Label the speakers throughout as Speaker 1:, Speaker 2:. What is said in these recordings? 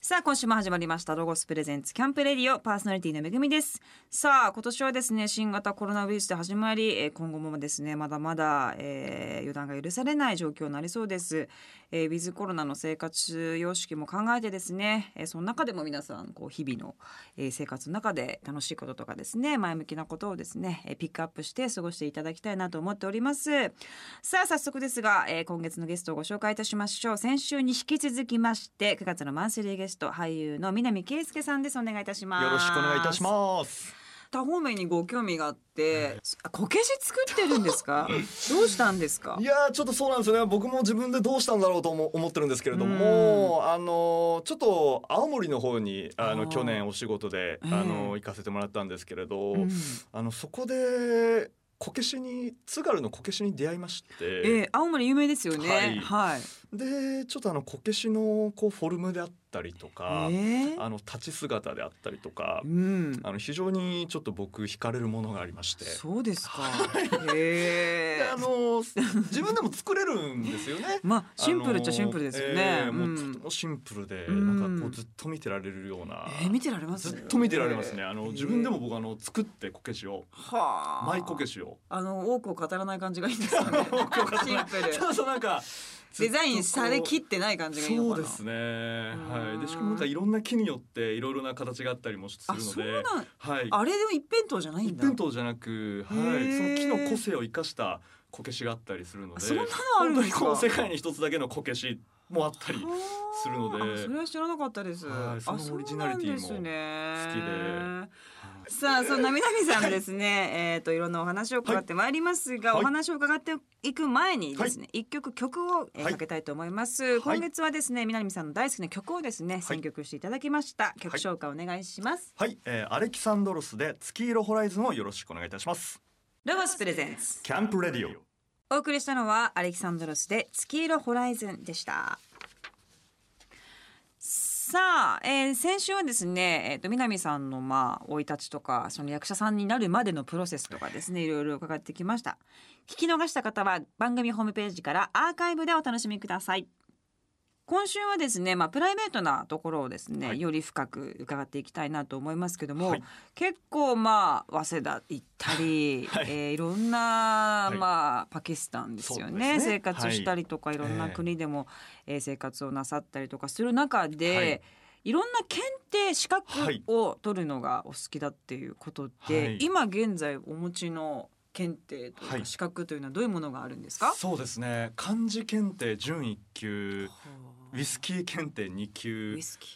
Speaker 1: さあ今週も始まりましたロゴスプレゼンツキャンプレディオパーソナリティのめぐみですさあ今年はですね新型コロナウイルスで始まりえー今後もですねまだまだ、えー予断が許されない状況になりそうです、えー、ウィズコロナの生活様式も考えてですね、えーその中でも皆さんこう日々の、えー生活の中で楽しいこととかですね前向きなことをですねえーピックアップして過ごしていただきたいなと思っておりますさあ早速ですが、えー今月のゲストをご紹介いたしましょう先週に引き続きまして9月のマンスリーゲスト俳優の南圭介さんですお願いいたします
Speaker 2: よろしくお願いいたし
Speaker 1: す
Speaker 2: ます。
Speaker 1: 他方面にご興味があってあこけし作ってるんです かどうしたんですか
Speaker 2: いやーちょっとそうなんですよね僕も自分でどうしたんだろうと思思ってるんですけれどもあのーちょっと青森の方にあ
Speaker 1: あ
Speaker 2: の
Speaker 1: ー
Speaker 2: 去年お仕事で、
Speaker 1: ええ
Speaker 2: あの行かせてもらったんですけれど、
Speaker 1: うん
Speaker 2: あのそこでこけしに津軽のこけしに出会いまして、
Speaker 1: えー青森有名ですよねはい、
Speaker 2: でちょっとあのこけしのこうフォルムであったりとか、
Speaker 1: えー
Speaker 2: あの立ち姿であったりとか、
Speaker 1: うん
Speaker 2: あの非常にちょっと僕惹かれるものがありまして。
Speaker 1: そうですかへ
Speaker 2: で
Speaker 1: え
Speaker 2: あのー自分でも作れるんですよね。
Speaker 1: まあシンプルっちゃシンプルですよね、
Speaker 2: あ
Speaker 1: う
Speaker 2: のーえー
Speaker 1: ん
Speaker 2: もうとてもシンプルで、
Speaker 1: うん
Speaker 2: なんかこうずっと見てられるような。
Speaker 1: えー見てられます
Speaker 2: ずっと見てられますね。あの自分でも
Speaker 1: えー
Speaker 2: 僕あの作ってこけしを、
Speaker 1: はあ
Speaker 2: マイこけしを。
Speaker 1: あの多くを語らない感じがいいです よねシンプル
Speaker 2: そうそうなんか
Speaker 1: デザインされき
Speaker 2: っ
Speaker 1: ってない感じがいいの
Speaker 2: そう
Speaker 1: か
Speaker 2: で
Speaker 1: な
Speaker 2: すね。はい。
Speaker 1: うん
Speaker 2: でしかもなんかいろんな木によっていろいろな形があったりもする
Speaker 1: あ
Speaker 2: の
Speaker 1: そう
Speaker 2: で、
Speaker 1: なん
Speaker 2: はい。
Speaker 1: あれでも一辺倒じゃないん
Speaker 2: 一
Speaker 1: だ
Speaker 2: 辺倒じゃなく、はい
Speaker 1: へ。
Speaker 2: その
Speaker 1: ー
Speaker 2: 木の個性を生かしたこけしがあったりするので、
Speaker 1: そんなのあるん
Speaker 2: 本当
Speaker 1: で
Speaker 2: に
Speaker 1: すか
Speaker 2: この世界に一つだけのこけしもあったり。するので
Speaker 1: あーあそれは知らなかったです。
Speaker 2: はいその
Speaker 1: あそう
Speaker 2: オリジナリティも
Speaker 1: なんですね
Speaker 2: 好
Speaker 1: さあそんな南さんですね、え っといろんなお話を伺ってまいりますが、
Speaker 2: はい
Speaker 1: お話を伺っていく前にですね一、曲曲を、えー
Speaker 2: はい
Speaker 1: かけたいと思います、
Speaker 2: はい
Speaker 1: 今月はですね南さんの大好きな曲をですね選曲していただきました、曲紹介お願いします、
Speaker 2: はい、えー、アレキサンドロスで月色ホライズンをよろしくお願いいたします。
Speaker 1: ロゴスプレゼンツ
Speaker 2: キャンプレディオ。
Speaker 1: お送りしたのはアレキサンドロスで月色ホライズンでした。さあ、えー先週はですね、えー、と南さんのまあ生い立ちとかその役者さんになるまでのプロセスとかですねいろいろ伺ってきました聞き逃した方は番組ホームページからアーカイブでお楽しみください今週はですね、まあ、プライベートなところをですね、
Speaker 2: はい
Speaker 1: より深く伺っていきたいなと思いますけども、
Speaker 2: はい
Speaker 1: 結構まあ早稲田行ったり、
Speaker 2: はい
Speaker 1: いえーいろんな、
Speaker 2: はい
Speaker 1: まあ、パキスタンですよね
Speaker 2: そうですね
Speaker 1: 生活したりとか、い、ろんな
Speaker 2: ええ
Speaker 1: 国でも、えー生活をなさったりとかする中で、
Speaker 2: はいい、
Speaker 1: ろんな検定資格
Speaker 2: はい
Speaker 1: を取るのがお好きだっていうことで、
Speaker 2: はい
Speaker 1: 今現在お持ちの検定というか
Speaker 2: はい
Speaker 1: 資格というのはどういうものがあるんですか、
Speaker 2: そうですね。漢字検定準一級
Speaker 1: は、あ
Speaker 2: ウィスキー検定二
Speaker 1: ウ
Speaker 2: 級
Speaker 1: イ、スキー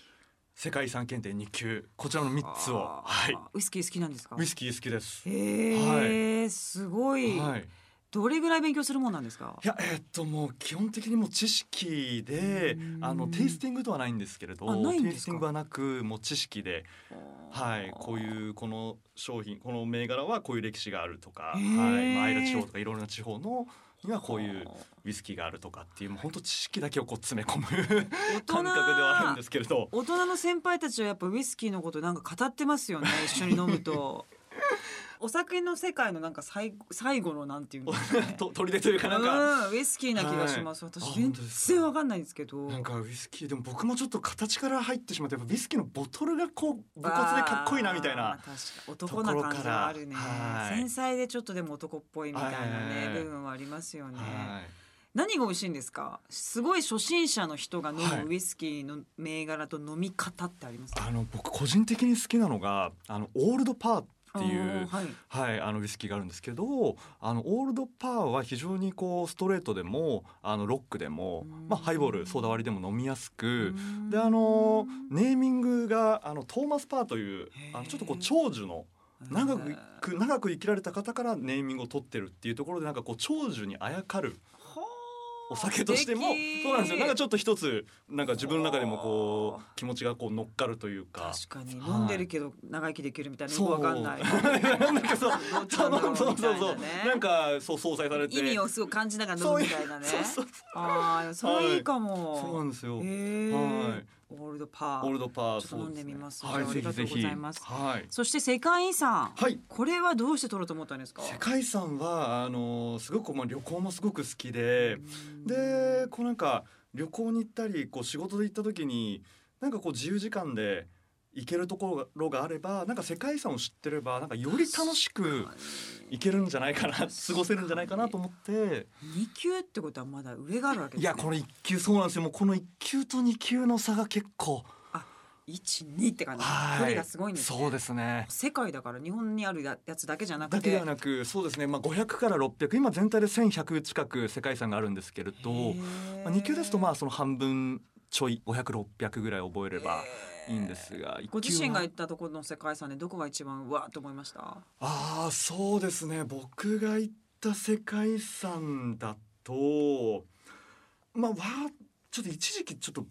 Speaker 2: 世界遺産検定二級、こちらの三つを、
Speaker 1: あ
Speaker 2: は
Speaker 1: ー
Speaker 2: い。
Speaker 1: ウイスキー好きなんですか
Speaker 2: ウィスキー好きです。
Speaker 1: へえ、すごい、
Speaker 2: はい。
Speaker 1: どれぐらい勉強するもんなんですか
Speaker 2: いやえーっともう基本的にもう知識で
Speaker 1: うん
Speaker 2: あのテイスティングとはないんですけれど
Speaker 1: あないんですか
Speaker 2: テイスティングはなくもう知識ではい、こう
Speaker 1: う
Speaker 2: いうこの商品この銘柄はこういう歴史があるとか、は
Speaker 1: へ
Speaker 2: い
Speaker 1: ー
Speaker 2: まあ、アイラ地方とかいろんな地方のにはこういうウイスキーがあるとかっていうもう本当知識だけをこう詰め込む
Speaker 1: 大人
Speaker 2: 感覚ではあるんですけ れど
Speaker 1: 大人の先輩たちはやっぱウイスキーのことなんか語ってますよ ね一緒に飲むとお酒の世界のなんか最後最後のなんていうんですかね
Speaker 2: と砦というかなんか。
Speaker 1: うんウイスキーな気がします、
Speaker 2: あ
Speaker 1: 私全
Speaker 2: 本当ですか
Speaker 1: 然わかんないんですけど
Speaker 2: なんかウイスキーでも僕もちょっと形から入ってしまってやっぱウイスキーのボトルがこう武骨でかっこいいなみたい
Speaker 1: あー
Speaker 2: な
Speaker 1: 確かに男な感じはあるね
Speaker 2: ところからはい
Speaker 1: 繊細でちょっとでも男っぽいみたいなね、
Speaker 2: はい
Speaker 1: 部分はありますよね、
Speaker 2: はい
Speaker 1: 何が美味しいんですかすごい初心者の人が飲
Speaker 2: はい
Speaker 1: むウイスキーの銘柄と飲み方ってありますか、
Speaker 2: あの僕個人的に好きなのがあのオールドパーって
Speaker 1: お
Speaker 2: いう
Speaker 1: ーはい、
Speaker 2: はい、あのウイスキーがあるんですけどあのオールドパーは非常にこうストレートでもあのロックでも
Speaker 1: うん、
Speaker 2: まあ、ハイボールソーダ割りでも飲みやすく
Speaker 1: うん
Speaker 2: であのネーミングがあのトーマス・パーという
Speaker 1: へー
Speaker 2: あのちょっとこう長寿の長くく長く生きられた方からネーミングを取ってるっていうところでなんかこう長寿にあやかるお酒としてもそうなんですよなんかちょっと一つなんか自分の中でもこ
Speaker 1: はあ
Speaker 2: う気持ちがこう乗っかるというか。
Speaker 1: 確かに
Speaker 2: はい
Speaker 1: 飲んでるけど長生きできるみたいなよくわかんない
Speaker 2: なんか そう
Speaker 1: どっち
Speaker 2: そ
Speaker 1: なんだろ
Speaker 2: うそう
Speaker 1: みた
Speaker 2: そう
Speaker 1: い
Speaker 2: そう、なんかそう総裁されて
Speaker 1: 意味をすごい感じながら飲むみたいなね
Speaker 2: そうそう
Speaker 1: ああそれいいかも、
Speaker 2: そうなんですよ、
Speaker 1: へー
Speaker 2: はい
Speaker 1: オールドパ
Speaker 2: オー
Speaker 1: ー
Speaker 2: ルドパー
Speaker 1: ちょっと飲んでみます
Speaker 2: そうで
Speaker 1: あ
Speaker 2: ね
Speaker 1: りが
Speaker 2: は
Speaker 1: と
Speaker 2: いぜ
Speaker 1: う
Speaker 2: ひ
Speaker 1: ございます
Speaker 2: ぜひはい
Speaker 1: そして世界遺産、
Speaker 2: はい
Speaker 1: これはどうして取ろうと思ったんですか
Speaker 2: 世界遺産はあのすごくまあ旅行もすごく好きで、でこうなんか旅行に行ったりこう仕事で行った時になんかこう自由時間で行けるところがあればなんか世界遺産を知ってればなんかより楽しく行けるんじゃないかな過ごせるんじゃないかなと思って
Speaker 1: 二級ってことはまだ上があるわけ
Speaker 2: い
Speaker 1: です、ね。
Speaker 2: やこれ一級そうなんですよもうこの一級と二級の差が結構
Speaker 1: 一二って感じ。距
Speaker 2: はい
Speaker 1: 離がすごいんです、ね。
Speaker 2: そうですね
Speaker 1: 世界だから日本にあるやつだけじゃなく
Speaker 2: だけで
Speaker 1: て
Speaker 2: は。なくそうですね、まあ、500から600今全体で1100近く世界遺産があるんですけれど、まあ、2級ですとまあその半分ちょい500600ぐらい覚えればいいんですが、一級
Speaker 1: ご
Speaker 2: は
Speaker 1: 自身が行ったところの世界遺産でどこが一番うわーっと思いました
Speaker 2: ああそうですね僕が行った世界遺産だとまあわーちょっと一時期ちょっと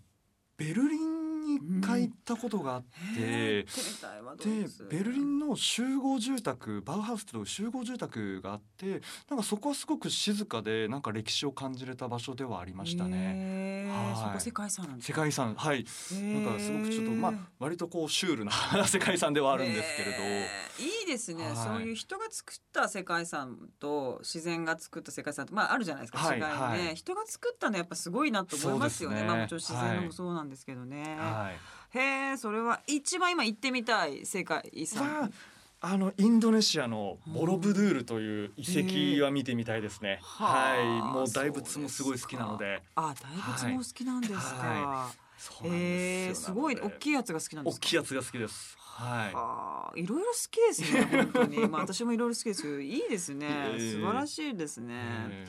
Speaker 2: ベルリンに一回行ったことがあって、
Speaker 1: えみたいはどう
Speaker 2: で
Speaker 1: です
Speaker 2: ベルリンの集合住宅バウハウスという集合住宅があってなんかそこはすごく静かでなんか歴史を感じれた場所ではありましたね。
Speaker 1: へー
Speaker 2: はい
Speaker 1: そこ世界遺産なんです
Speaker 2: 世界遺産はいなんかすごくちょっとまあ割とこうシュールな世界遺産ではあるんですけれど、
Speaker 1: ねえいいですね、
Speaker 2: はい
Speaker 1: そういう人が作った世界遺産と自然が作った世界遺産ってまああるじゃないですか、
Speaker 2: はい
Speaker 1: 違いね、
Speaker 2: はい
Speaker 1: 人が作ったのやっぱすごいなと思いますよね
Speaker 2: そうで
Speaker 1: ま
Speaker 2: すね
Speaker 1: あもちろん自然の
Speaker 2: は
Speaker 1: も
Speaker 2: い
Speaker 1: そうなんですけどね、
Speaker 2: はい。
Speaker 1: へえそれは一番今行ってみたい世界遺
Speaker 2: は
Speaker 1: 産、
Speaker 2: あのインドネシアのボロブドゥールという遺跡は見てみたいですね。
Speaker 1: うん
Speaker 2: は
Speaker 1: へ
Speaker 2: い、
Speaker 1: ー
Speaker 2: もう大仏もすごい好きなので。
Speaker 1: あ大仏もお好きなんですか、
Speaker 2: はそうなん
Speaker 1: へえ
Speaker 2: ですよ。
Speaker 1: ごい
Speaker 2: なの
Speaker 1: 大
Speaker 2: で
Speaker 1: きいやつが好きなんで
Speaker 2: 大
Speaker 1: すか
Speaker 2: きいやつが好きです。は
Speaker 1: あーいろいろ好きですね本当にまあ私もいろいろ好きですけどいいですね
Speaker 2: ええ
Speaker 1: 素晴らしいですね
Speaker 2: い。え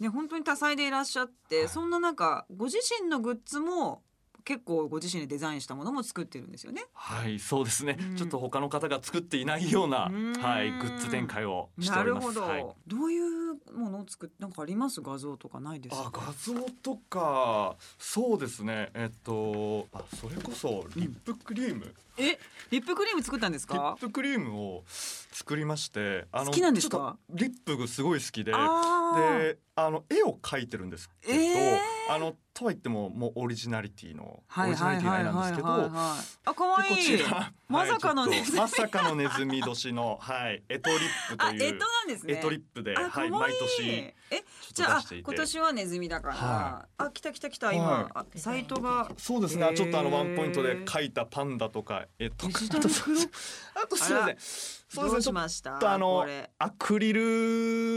Speaker 1: ね本当に多彩でいらっしゃって、
Speaker 2: はい
Speaker 1: そんな中ご自身のグッズも結構ご自身でデザインしたものも作ってるんですよね。
Speaker 2: はい、そうですね
Speaker 1: うん。
Speaker 2: ちょっと他の方が作っていないような、
Speaker 1: うん
Speaker 2: はい、グッズ展開をして
Speaker 1: な
Speaker 2: おり
Speaker 1: る
Speaker 2: ま
Speaker 1: ほ
Speaker 2: す。
Speaker 1: ど、
Speaker 2: はい。
Speaker 1: どういうものを作っなんかあります画像とかないです
Speaker 2: あ
Speaker 1: か。
Speaker 2: 画像とかそうですねえっとあそれこそリップクリーム、
Speaker 1: えリップクリーム作ったんです
Speaker 2: リッ
Speaker 1: か。
Speaker 2: プクリームを作りましてあ
Speaker 1: 好きなんですか
Speaker 2: ちょっとリップがすごい好きで
Speaker 1: あー
Speaker 2: であの絵を描いてるんですけど、
Speaker 1: えー
Speaker 2: あのとはいってももうオリジナリティの、
Speaker 1: はい
Speaker 2: オリジナ
Speaker 1: は
Speaker 2: リ
Speaker 1: い
Speaker 2: ティな
Speaker 1: はい
Speaker 2: 絵なんで
Speaker 1: は
Speaker 2: す
Speaker 1: い
Speaker 2: けど。
Speaker 1: はいはい。あ可愛
Speaker 2: でこ
Speaker 1: い
Speaker 2: ち らはい
Speaker 1: まさかの
Speaker 2: ちょ
Speaker 1: ネ
Speaker 2: っと
Speaker 1: ズミ
Speaker 2: まさかのネズミ年のはいエトリップ
Speaker 1: あえ
Speaker 2: と
Speaker 1: っ
Speaker 2: い
Speaker 1: と
Speaker 2: う、
Speaker 1: なんですね。
Speaker 2: エトリップで
Speaker 1: あ可
Speaker 2: は
Speaker 1: 愛
Speaker 2: い
Speaker 1: い。
Speaker 2: 毎年
Speaker 1: え
Speaker 2: ち
Speaker 1: じ
Speaker 2: ょっ
Speaker 1: ゃ
Speaker 2: と
Speaker 1: ああ
Speaker 2: 出していて
Speaker 1: 今年はネズミだから、
Speaker 2: は
Speaker 1: あ来た来た来た今、
Speaker 2: はい
Speaker 1: あサイトが
Speaker 2: そうですね、
Speaker 1: へー
Speaker 2: ちょっとあのワンポイントで描いたパンダとかえっと
Speaker 1: デジタルクロッ
Speaker 2: あとすいませんそう
Speaker 1: ど
Speaker 2: で
Speaker 1: うし
Speaker 2: すねちょっ
Speaker 1: ました
Speaker 2: とあの
Speaker 1: これ
Speaker 2: アクリル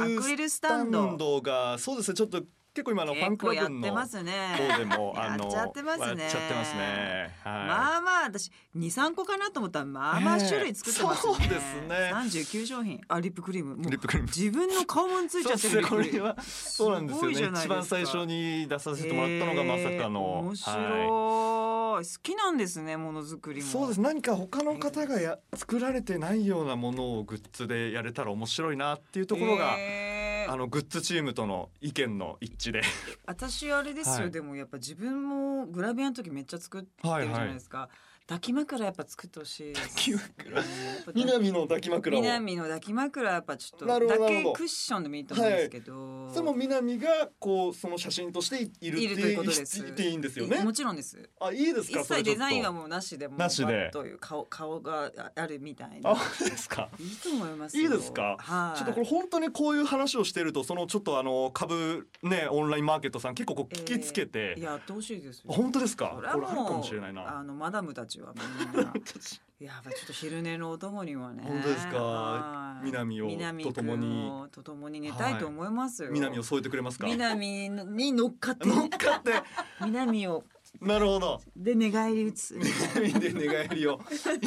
Speaker 1: アクリルスタンド
Speaker 2: スがそうですねちょっと結構今あのファンクラブ
Speaker 1: 結構やって
Speaker 2: の
Speaker 1: ますね
Speaker 2: 方でも
Speaker 1: や
Speaker 2: あの
Speaker 1: っちゃってますね
Speaker 2: やっちゃってますねはい、
Speaker 1: まあまあ私二三個かなと思ったらまあまあ
Speaker 2: ねえ
Speaker 1: 種類作ってますね。
Speaker 2: そうですね
Speaker 1: 三十九商品あリップクリームもう
Speaker 2: リップクリーム
Speaker 1: 自分の顔もついち
Speaker 2: そ
Speaker 1: ゃ
Speaker 2: うで
Speaker 1: って
Speaker 2: す
Speaker 1: るリッ
Speaker 2: ね
Speaker 1: プ
Speaker 2: こ
Speaker 1: クリ
Speaker 2: れ
Speaker 1: ーム
Speaker 2: はそうなんですよ
Speaker 1: ごいじゃな
Speaker 2: ね
Speaker 1: いです
Speaker 2: 一
Speaker 1: か
Speaker 2: 番最初に出させてもらったのがまさかの、
Speaker 1: えー面
Speaker 2: は
Speaker 1: 白い、好きなんですねものづくり
Speaker 2: い
Speaker 1: も。
Speaker 2: そうです何か他の方がや作られてないようなものをグッズでやれたら面白いなっていうところが、
Speaker 1: えー
Speaker 2: あのグッズチームとの意見の一致で
Speaker 1: 私あれですよ、
Speaker 2: はい
Speaker 1: でもやっぱ自分もグラビアの時めっちゃ作ってるじ
Speaker 2: は
Speaker 1: ゃ
Speaker 2: いはい
Speaker 1: ないですか、抱き枕やっぱ作ってほしいです
Speaker 2: 抱き枕
Speaker 1: ねやっぱ
Speaker 2: 南の抱き枕を
Speaker 1: 南の抱き枕はやっぱちょっと
Speaker 2: なるほど
Speaker 1: だ
Speaker 2: な
Speaker 1: け
Speaker 2: るほど
Speaker 1: クッションでもいいと思うんですけど、
Speaker 2: それも南がこうその写真としているって
Speaker 1: いるということです
Speaker 2: 言っていいんですよね
Speaker 1: いもちろんです
Speaker 2: あいいですか
Speaker 1: 一
Speaker 2: それ
Speaker 1: 切デ
Speaker 2: ちょっと
Speaker 1: ザインはもうなしでもう
Speaker 2: なしで
Speaker 1: パッという顔顔があるみたい
Speaker 2: あ
Speaker 1: な
Speaker 2: 本当ですか
Speaker 1: いいと思います
Speaker 2: い
Speaker 1: よ
Speaker 2: いですか
Speaker 1: はい
Speaker 2: ちょっとこれ本当にこういう話をしてるとそのちょっとあの株ねオンラインマーケットさん結構こう聞きつけて、
Speaker 1: いややってほしいですよ
Speaker 2: あ本当ですか
Speaker 1: そ
Speaker 2: こ
Speaker 1: れは
Speaker 2: れあ
Speaker 1: も
Speaker 2: る
Speaker 1: う
Speaker 2: かもしれないな
Speaker 1: あのマダムたちは みんな
Speaker 2: ち
Speaker 1: いややっぱちょっと昼寝のお供にはね
Speaker 2: 本当ですか
Speaker 1: はい
Speaker 2: 南を
Speaker 1: 南
Speaker 2: と共に
Speaker 1: 君をと共に寝たいと思いますよ、
Speaker 2: 南を添えてくれますか
Speaker 1: 南に乗っかって
Speaker 2: 乗っかって
Speaker 1: 南を
Speaker 2: なるほど
Speaker 1: で寝返り打つ
Speaker 2: 南で寝返りを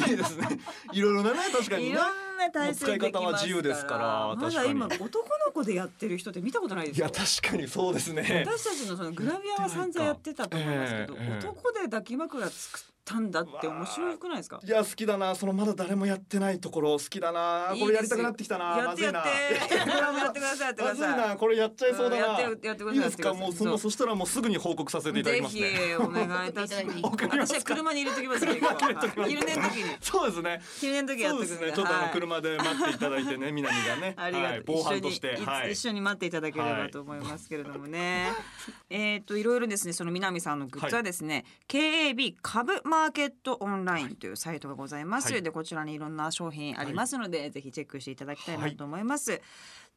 Speaker 2: いいですねいろいろなね確か
Speaker 1: い
Speaker 2: にね
Speaker 1: ろんな体勢できますから
Speaker 2: もう使い方は自由ですから
Speaker 1: ま
Speaker 2: 確
Speaker 1: だ
Speaker 2: かに
Speaker 1: 今男の子でやってる人って見たことないで
Speaker 2: い
Speaker 1: すよ
Speaker 2: や確かにそうですね
Speaker 1: 私たちのそのグラビアは散々やってたと思いますけど、
Speaker 2: ええええ
Speaker 1: 男で抱き枕作ったんだって面白くないですか
Speaker 2: いや好きだなそのまだ誰もやってないところ好きだない
Speaker 1: いですよ
Speaker 2: これやりたくなってきたな
Speaker 1: や
Speaker 2: ま
Speaker 1: って
Speaker 2: ずい
Speaker 1: やっ
Speaker 2: な
Speaker 1: てやってくださいやってく
Speaker 2: ま
Speaker 1: だ
Speaker 2: ずいな
Speaker 1: さ
Speaker 2: これやっちゃいそうだ
Speaker 1: うんやっ
Speaker 2: な
Speaker 1: てよやってください
Speaker 2: いいです
Speaker 1: やっ
Speaker 2: か
Speaker 1: てください
Speaker 2: もうそん
Speaker 1: そう
Speaker 2: なそしたらもうすぐに報告させて
Speaker 1: い
Speaker 2: いただ
Speaker 1: ぜ
Speaker 2: きます
Speaker 1: ひ
Speaker 2: ね
Speaker 1: お願いいたし
Speaker 2: わかりま
Speaker 1: ます私
Speaker 2: す
Speaker 1: は車に入れときますね今ははい昼寝の時に
Speaker 2: そうですね
Speaker 1: 昼寝の時やっ
Speaker 2: そ
Speaker 1: と
Speaker 2: う
Speaker 1: く
Speaker 2: で
Speaker 1: ん
Speaker 2: す
Speaker 1: で
Speaker 2: ねちょっとあの
Speaker 1: はい
Speaker 2: 車で待っていただい てね南がね
Speaker 1: ありがと
Speaker 2: は
Speaker 1: う
Speaker 2: い、防犯として
Speaker 1: 一緒に、
Speaker 2: はい
Speaker 1: いつ一緒に待っていただければと思いますけれどもね。えっといろいろですねその南さんのグッズはですね、KAB 株マーケットオンラインというサイトがございます、
Speaker 2: はい
Speaker 1: でこちらにいろんな商品ありますので、ぜひチェックしていただきたいなと思います、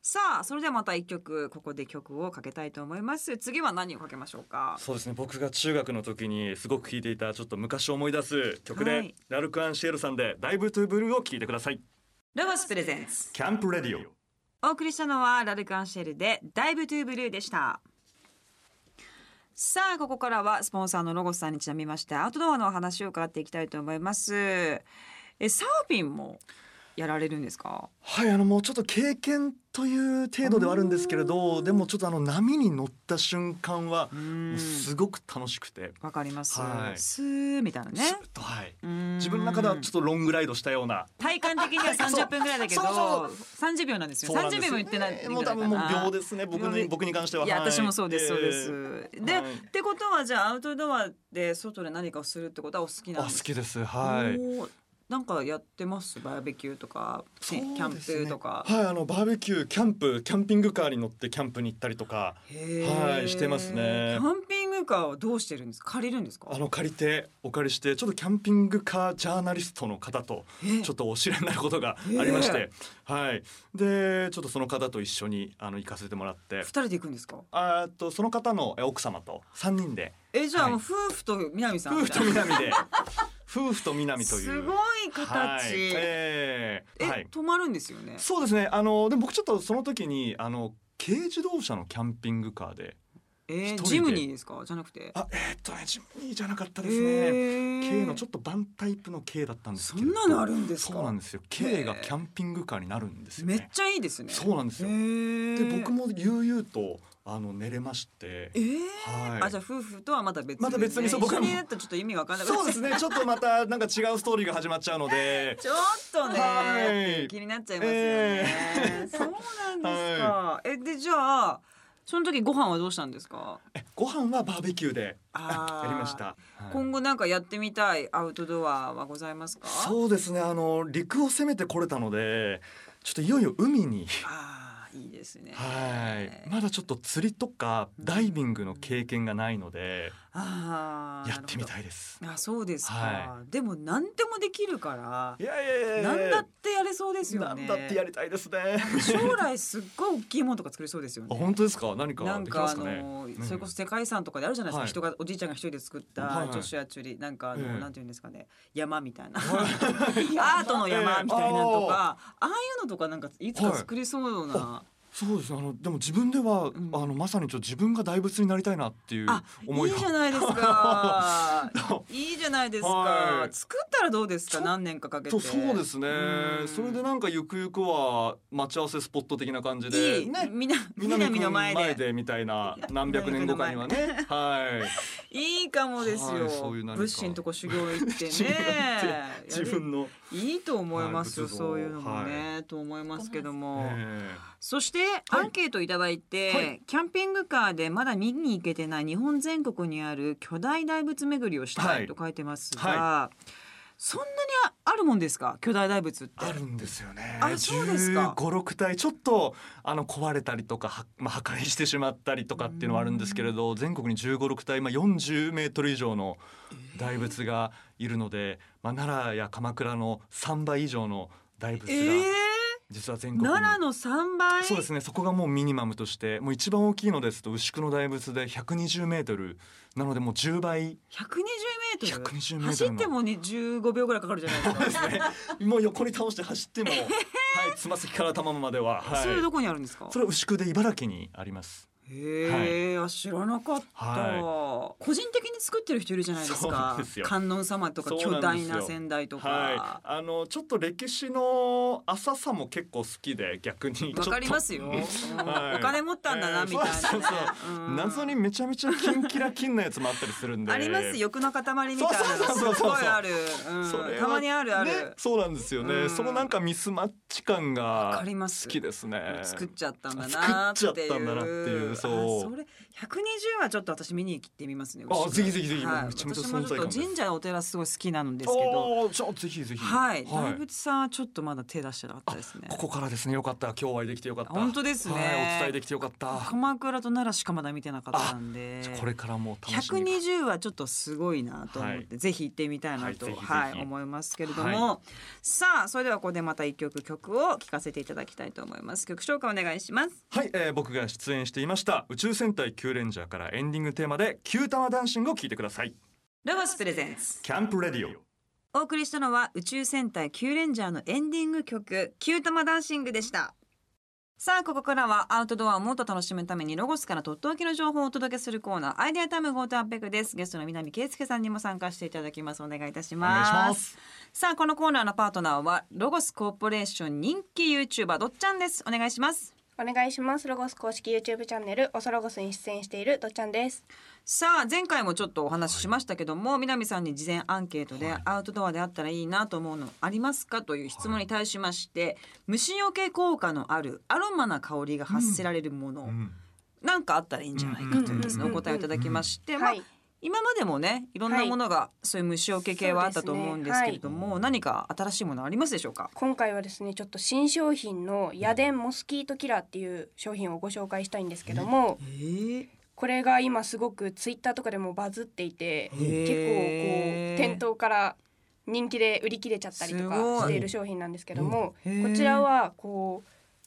Speaker 1: さあそれではまた一曲ここで曲をかけたいと思います次は何をかけましょうか
Speaker 2: そうですね僕が中学の時にすごく聴いていたちょっと昔を思い出す曲で、
Speaker 1: はい
Speaker 2: ラルク・アンシエルさんで「ダイブ・トゥ・ブルー」を聴いてください
Speaker 1: ロゴスプレゼンツ
Speaker 2: キャンプ・レディオ
Speaker 1: お送りしたのはラルクアンシェルでダイブトゥーブルーでしたさあここからはスポンサーのロゴスさんにちなみましてアウトドアのお話を伺っていきたいと思いますえサーフィンもやられるんですか
Speaker 2: はいあのもうちょっと経験という程度ではあるんですけれどでもちょっとあの波に乗った瞬間は
Speaker 1: う
Speaker 2: も
Speaker 1: ん
Speaker 2: うすごく楽しくて、
Speaker 1: わかります、
Speaker 2: はい
Speaker 1: スーみたいなね
Speaker 2: ずっとはい自
Speaker 1: 自
Speaker 2: 分の中ではちょっとロングライドしたような
Speaker 1: 体感的には30分ぐらいだけど
Speaker 2: そうそう
Speaker 1: 30秒なんですよ
Speaker 2: そうなんです
Speaker 1: 30秒も言ってない
Speaker 2: えーもう多分もう秒ですね僕
Speaker 1: 秒で
Speaker 2: に僕に関してはい
Speaker 1: や
Speaker 2: はい
Speaker 1: 私もそうです、そうです。で、
Speaker 2: はい
Speaker 1: ってことはじゃあアウトドアで外で何かをするってことはお好き
Speaker 2: え
Speaker 1: な
Speaker 2: ーあ
Speaker 1: ん
Speaker 2: 好
Speaker 1: ですか。
Speaker 2: きですはい
Speaker 1: おー。なんかやってますバーベキューとか、
Speaker 2: そう
Speaker 1: ね
Speaker 2: ですね
Speaker 1: キャンプとか。
Speaker 2: はいあのバーベキューキャンプキャンピングカーに乗ってキャンプに行ったりとか
Speaker 1: へー
Speaker 2: はいしてますね
Speaker 1: キャンピングカーはどうしてるんですか借りるんですか。
Speaker 2: あの借りてお借りしてちょっとキャンピングカージャーナリストの方と
Speaker 1: えー
Speaker 2: ちょっとお知り合いになることがありまして
Speaker 1: え、
Speaker 2: はいでちょっとその方と一緒にあの行かせてもらって
Speaker 1: 二人で行くんですか。
Speaker 2: あーっとその方のえ奥様と三人で
Speaker 1: えじゃあ
Speaker 2: はい
Speaker 1: もう夫婦と南さん
Speaker 2: 夫
Speaker 1: み
Speaker 2: 婦
Speaker 1: たい
Speaker 2: と
Speaker 1: な。
Speaker 2: 南 で夫婦と南という
Speaker 1: すごい形。
Speaker 2: はいえー
Speaker 1: え、
Speaker 2: はい、
Speaker 1: 泊まるんですよね。
Speaker 2: そうですねあのでも僕ちょっとその時にあの軽自動車のキャンピングカーで
Speaker 1: えー、
Speaker 2: 一人で
Speaker 1: ジムニーですかじゃなくて。
Speaker 2: あえーっとねジムニーじゃなかった
Speaker 1: え
Speaker 2: ですね、
Speaker 1: ー
Speaker 2: K のちょっとバンタイプの K だったんです
Speaker 1: そ
Speaker 2: けれ
Speaker 1: ん
Speaker 2: ど
Speaker 1: なのあるんですか。
Speaker 2: そうなんですよ K がキャンピングカーになるんですよ
Speaker 1: めっ
Speaker 2: ね
Speaker 1: ちゃいいですね。
Speaker 2: そうなんですよ
Speaker 1: で
Speaker 2: で僕。も悠々とあの寝れまし
Speaker 1: え
Speaker 2: て
Speaker 1: ー
Speaker 2: はい
Speaker 1: あじゃあ夫婦とはまた別
Speaker 2: また別にそう僕
Speaker 1: 一緒
Speaker 2: は
Speaker 1: にやったらちょっと意味わかんなくなっ
Speaker 2: そうですねちょっとまたなんか違うストーリーが始まっちゃうの で
Speaker 1: ちょっとね、
Speaker 2: はい
Speaker 1: 気になっちゃいますよね。
Speaker 2: えー
Speaker 1: そうなんですか。えでじゃあその時ご飯はどうしたんですか。
Speaker 2: えご飯はバーベキューで
Speaker 1: あー
Speaker 2: やりました、はい
Speaker 1: 今後なんかやってみたいアウトドアはございますか。う。
Speaker 2: そうですねあの陸を攻めてこれたのでちょっといよいよ海に
Speaker 1: ああいいですね。
Speaker 2: はいまだちょっと釣りとかダイビングの経験がないので
Speaker 1: ああ
Speaker 2: やってみ
Speaker 1: い。
Speaker 2: たいです
Speaker 1: あそうですか、
Speaker 2: は
Speaker 1: でも何でもできるから
Speaker 2: い、やいやいやいや
Speaker 1: 何だってやれそうですよね。
Speaker 2: なんだって やりたいですね
Speaker 1: 将来すっごい大きいものとか作れそうですよ
Speaker 2: あ
Speaker 1: ね。
Speaker 2: 本当ですか何か
Speaker 1: なん
Speaker 2: できま
Speaker 1: かあ
Speaker 2: すかね
Speaker 1: の
Speaker 2: うん
Speaker 1: それこそ世界遺産とかであるじゃないですか、
Speaker 2: はい
Speaker 1: 人がおじいちゃんが一人で作っ
Speaker 2: は
Speaker 1: た
Speaker 2: い
Speaker 1: ジョシュアチュリなんかあの、
Speaker 2: ええ
Speaker 1: なんていうんですかね山みた いなアートの山みたいなのとか、ああいうのとかなんかいつか作りそうな、
Speaker 2: そうですねあのでも自分では、
Speaker 1: ん
Speaker 2: あのまさにちょっと自分が大仏になりたいなっていう
Speaker 1: あ
Speaker 2: 思い
Speaker 1: い
Speaker 2: が
Speaker 1: いじゃないです かいいじゃないですか、
Speaker 2: はい
Speaker 1: 作ったらどうです
Speaker 2: ち
Speaker 1: か
Speaker 2: ょ
Speaker 1: 何年かかけ
Speaker 2: そ
Speaker 1: て
Speaker 2: うそうですね
Speaker 1: うん
Speaker 2: それでなんかゆくゆくは待ち合わせスポット的な感じで
Speaker 1: いい、
Speaker 2: ね
Speaker 1: みな南の前で
Speaker 2: みたいな何百年後かにはねは
Speaker 1: い
Speaker 2: い
Speaker 1: いかもですよ、
Speaker 2: はいそういう何か
Speaker 1: 物資のとこ修行行 ってね
Speaker 2: 修行行って
Speaker 1: やり
Speaker 2: 自分の、
Speaker 1: いいと思いますよ、
Speaker 2: はい仏像
Speaker 1: そういうのもね、と思いますけども、
Speaker 2: え
Speaker 1: そして、アンケートいただいて、
Speaker 2: はい
Speaker 1: キャンピングカーでまだ見に行けてない日本全国にある巨大大仏巡りをした
Speaker 2: はいい
Speaker 1: と書いてますが、
Speaker 2: は
Speaker 1: そんなにああるもんですか巨大大仏って
Speaker 2: あるんですよね
Speaker 1: あそうですか
Speaker 2: 156体ちょっとあの壊れたりとかは、まあ、破壊してしまったりとかっていうのはあるんですけれど全国に156体、まあ、40メートル以上の大仏がいるので、まあ、奈良や鎌倉の3倍以上の大仏
Speaker 1: え
Speaker 2: が
Speaker 1: ー、
Speaker 2: 実は全国に、
Speaker 1: 奈良の3倍
Speaker 2: そうですねそこがもうミニマムとしてもう一番大きいのですと牛久の大仏で120メートルなのでもう10倍
Speaker 1: 120メートル
Speaker 2: 120メートルの
Speaker 1: 走ってもね15秒ぐらいかかるじゃないですか、
Speaker 2: ですねもう横に倒して 走っても、はい、つま先から頭までは、はい、
Speaker 1: それどこにあるんですか
Speaker 2: それは牛久で茨城にあります。
Speaker 1: へえ、あ知らなかった、個人的に作ってる人いるじゃないです
Speaker 2: そう
Speaker 1: か
Speaker 2: なんですよ
Speaker 1: 観音様とか
Speaker 2: そう
Speaker 1: 巨
Speaker 2: なんで
Speaker 1: 大
Speaker 2: すよ
Speaker 1: な仙台とか、
Speaker 2: はい、あのちょっと歴史の浅さも結構好きで逆に。
Speaker 1: わかりますすよ、
Speaker 2: はい
Speaker 1: お金持ったんだな、
Speaker 2: え
Speaker 1: み
Speaker 2: ー
Speaker 1: たいなね
Speaker 2: そうそうそう
Speaker 1: うん
Speaker 2: 謎にめちゃめちゃキンキラキンなやつもあったりするんで。
Speaker 1: あります。欲の塊みたいな
Speaker 2: そうそうそうそう
Speaker 1: すごいある、うん
Speaker 2: それは
Speaker 1: たまにあるある、
Speaker 2: ねそうなんですよね、
Speaker 1: うん
Speaker 2: そのなんかミスマッチ感
Speaker 1: わ
Speaker 2: が
Speaker 1: かります
Speaker 2: 好きですね
Speaker 1: 作っちゃったんだ
Speaker 2: 作
Speaker 1: な
Speaker 2: っ
Speaker 1: って
Speaker 2: ち
Speaker 1: い
Speaker 2: ゃ
Speaker 1: う
Speaker 2: ったんだなっていう
Speaker 1: あ
Speaker 2: そ
Speaker 1: そうれ百二十はちょっと私見に行ってみますね。
Speaker 2: あぜひぜひぜひ
Speaker 1: はい、
Speaker 2: めちゃめちゃ
Speaker 1: 私
Speaker 2: 存
Speaker 1: も
Speaker 2: 在
Speaker 1: ち
Speaker 2: 感
Speaker 1: ょっ
Speaker 2: が
Speaker 1: と神社お寺すごい好きなんですけど。
Speaker 2: おーじゃあぜひぜひ
Speaker 1: はい、
Speaker 2: は
Speaker 1: 大
Speaker 2: い
Speaker 1: 仏さんはちょっとまだ手出してなかったですね。
Speaker 2: ここからですねよかった今日お会いできてよかった
Speaker 1: 本当ですね
Speaker 2: はいお伝えできてよかった
Speaker 1: 鎌倉と奈良しかまだ見てなかったんで。
Speaker 2: これからもう楽しみが
Speaker 1: 120はちょっとすごいなと思って、ぜひ行ってみたいなと、は
Speaker 2: はいいぜひぜひ
Speaker 1: 思いますけれども、
Speaker 2: は
Speaker 1: さあそれではここでまた一曲曲を聴かせていただきたいと思います曲紹介お願いします
Speaker 2: はい、えー僕が出演していました宇宙戦隊キューレンジャーからエンディングテーマでキュータマダンシングを聞いてください
Speaker 1: ロゴスプレゼンス
Speaker 2: キャンプレディオ
Speaker 1: お送りしたのは宇宙戦隊キューレンジャーのエンディング曲キュータマダンシングでしたさあここからはアウトドアをもっと楽しむためにロゴスからとっておきの情報をお届けするコーナーアイデアタイムゴートアッペクですゲストの南圭介さんにも参加していただきますお願いいたし
Speaker 2: お
Speaker 1: ますさあこのコーナーのパートナーはロゴスコーポレーション人気 YouTuber どっちゃんですお願いします
Speaker 3: お願いします。ロゴス公式 YouTube チャンネル、おそロゴスに出演しているどっちゃんです。
Speaker 1: さあ前回もちょっとお話ししましたけども、南さんに事前アンケートで、
Speaker 2: はい
Speaker 1: アウトドアであったらいいなと思うのありますかという質問に対しまして、虫除け効果のあるアロマな香りが発せられるもの、
Speaker 2: うん
Speaker 1: なんかあったらいいんじゃないかというですね、
Speaker 3: うん
Speaker 1: お答えをいただきまして、まあ
Speaker 3: はい。
Speaker 1: 今までもねいろんなものが、そういう虫除け系はあったと思うんですけれども、
Speaker 2: そうですねはい
Speaker 1: 何か新しいものありますでしょうか
Speaker 3: 今回はですね、ちょっと新商品の夜電モスキートキラーっていう商品をご紹介したいんですけども、
Speaker 1: え
Speaker 3: これが今すごくツイッターとかでもバズっていて、
Speaker 2: へー
Speaker 3: 結構こう店頭から人気で売り切れちゃったりとか
Speaker 1: すごい
Speaker 3: している商品なんですけども、
Speaker 1: へー
Speaker 3: こちらはこ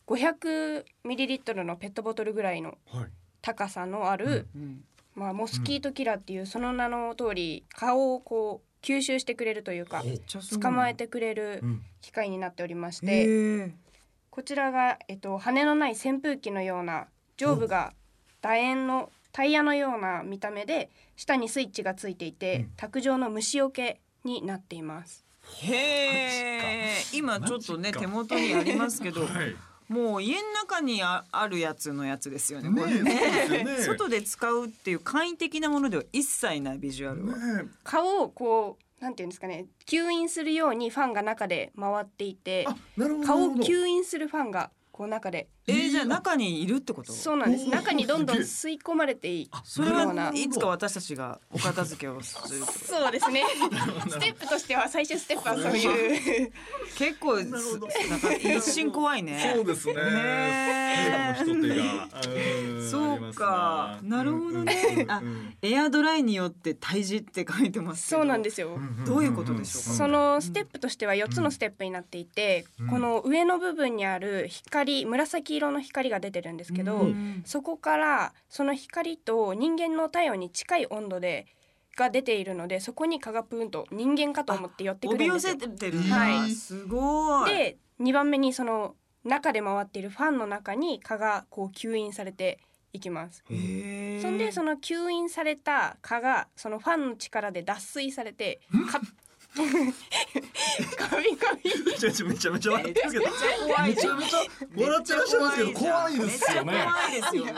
Speaker 3: う 500ml のペットボトルぐらいの
Speaker 2: はい
Speaker 3: 高さのある、
Speaker 1: うん
Speaker 3: まあ、モスキートキラーっていうその名の通り顔をこう吸収してくれるというか
Speaker 2: ほう
Speaker 3: 捕まえ
Speaker 1: て
Speaker 3: てくれる
Speaker 2: うん
Speaker 3: 機械になっておりまし
Speaker 1: へ
Speaker 3: て
Speaker 1: ー
Speaker 3: こちらが、えっと、羽のない扇風機のような上部が楕円のタイヤのような見た目で下にスイッチがついていて
Speaker 2: うん
Speaker 3: 卓上の虫除けになっています。
Speaker 1: へえ今ちょっとね
Speaker 2: マジか
Speaker 1: 手元にありますけど、
Speaker 2: はい
Speaker 1: もう家の中にああるやつのやつですよね
Speaker 2: ね
Speaker 1: これね
Speaker 2: えそうですよね
Speaker 1: 外で使うっていう簡易的なものでは一切ないビジュアルは、
Speaker 2: ね
Speaker 3: 顔をこうなんていうんですかね吸引するようにファンが中で回っていて
Speaker 2: えあなるほど
Speaker 3: 顔を
Speaker 2: なるほど
Speaker 3: 吸引するファンがこう中で
Speaker 1: えー、じゃあ中にいるってこと
Speaker 3: そうなんです
Speaker 2: おー
Speaker 3: 中にどんどん
Speaker 2: すげえ
Speaker 3: 吸い込まれてい
Speaker 2: あ
Speaker 1: そ
Speaker 3: く
Speaker 1: れ
Speaker 3: ような
Speaker 1: はいつか私たちがお片付けをするってこ
Speaker 3: そうですねステップとしては最終ステップはそういう
Speaker 1: と結構す
Speaker 2: なるほど
Speaker 1: なんか一瞬怖いね
Speaker 2: そうですね
Speaker 1: ねえ
Speaker 2: 手の一手がん
Speaker 1: そうか
Speaker 2: あります
Speaker 1: なるほどね
Speaker 2: うんうんうん
Speaker 1: あエアドライによって体重って書いてますけど
Speaker 3: そうなんですよ
Speaker 2: んんんん
Speaker 1: どういうことでしょうか
Speaker 3: そのステップとしては4つのステップになっていて、この上の部分にある光紫色の光が出てるんですけど、
Speaker 1: うん
Speaker 3: そこからその光と人間の体温に近い温度でが出ているのでそこに蚊がプーンと人間かと思って寄ってく
Speaker 1: 帯
Speaker 3: るん
Speaker 1: 寄
Speaker 3: ですよ
Speaker 1: せ。てるんだ、
Speaker 3: はい
Speaker 1: すごい
Speaker 3: で2番目にその中で回っているファンの中に蚊がこう吸引されていきます。
Speaker 1: へえ
Speaker 3: そんでその吸引された蚊がそのファンの力で脱水されてか カビカビ
Speaker 2: めちゃめちゃめちゃ笑ってますけど
Speaker 1: 怖い
Speaker 2: めちゃめちゃ笑ってらっしゃるんですけど怖いですよね
Speaker 1: めっちゃ怖いですよね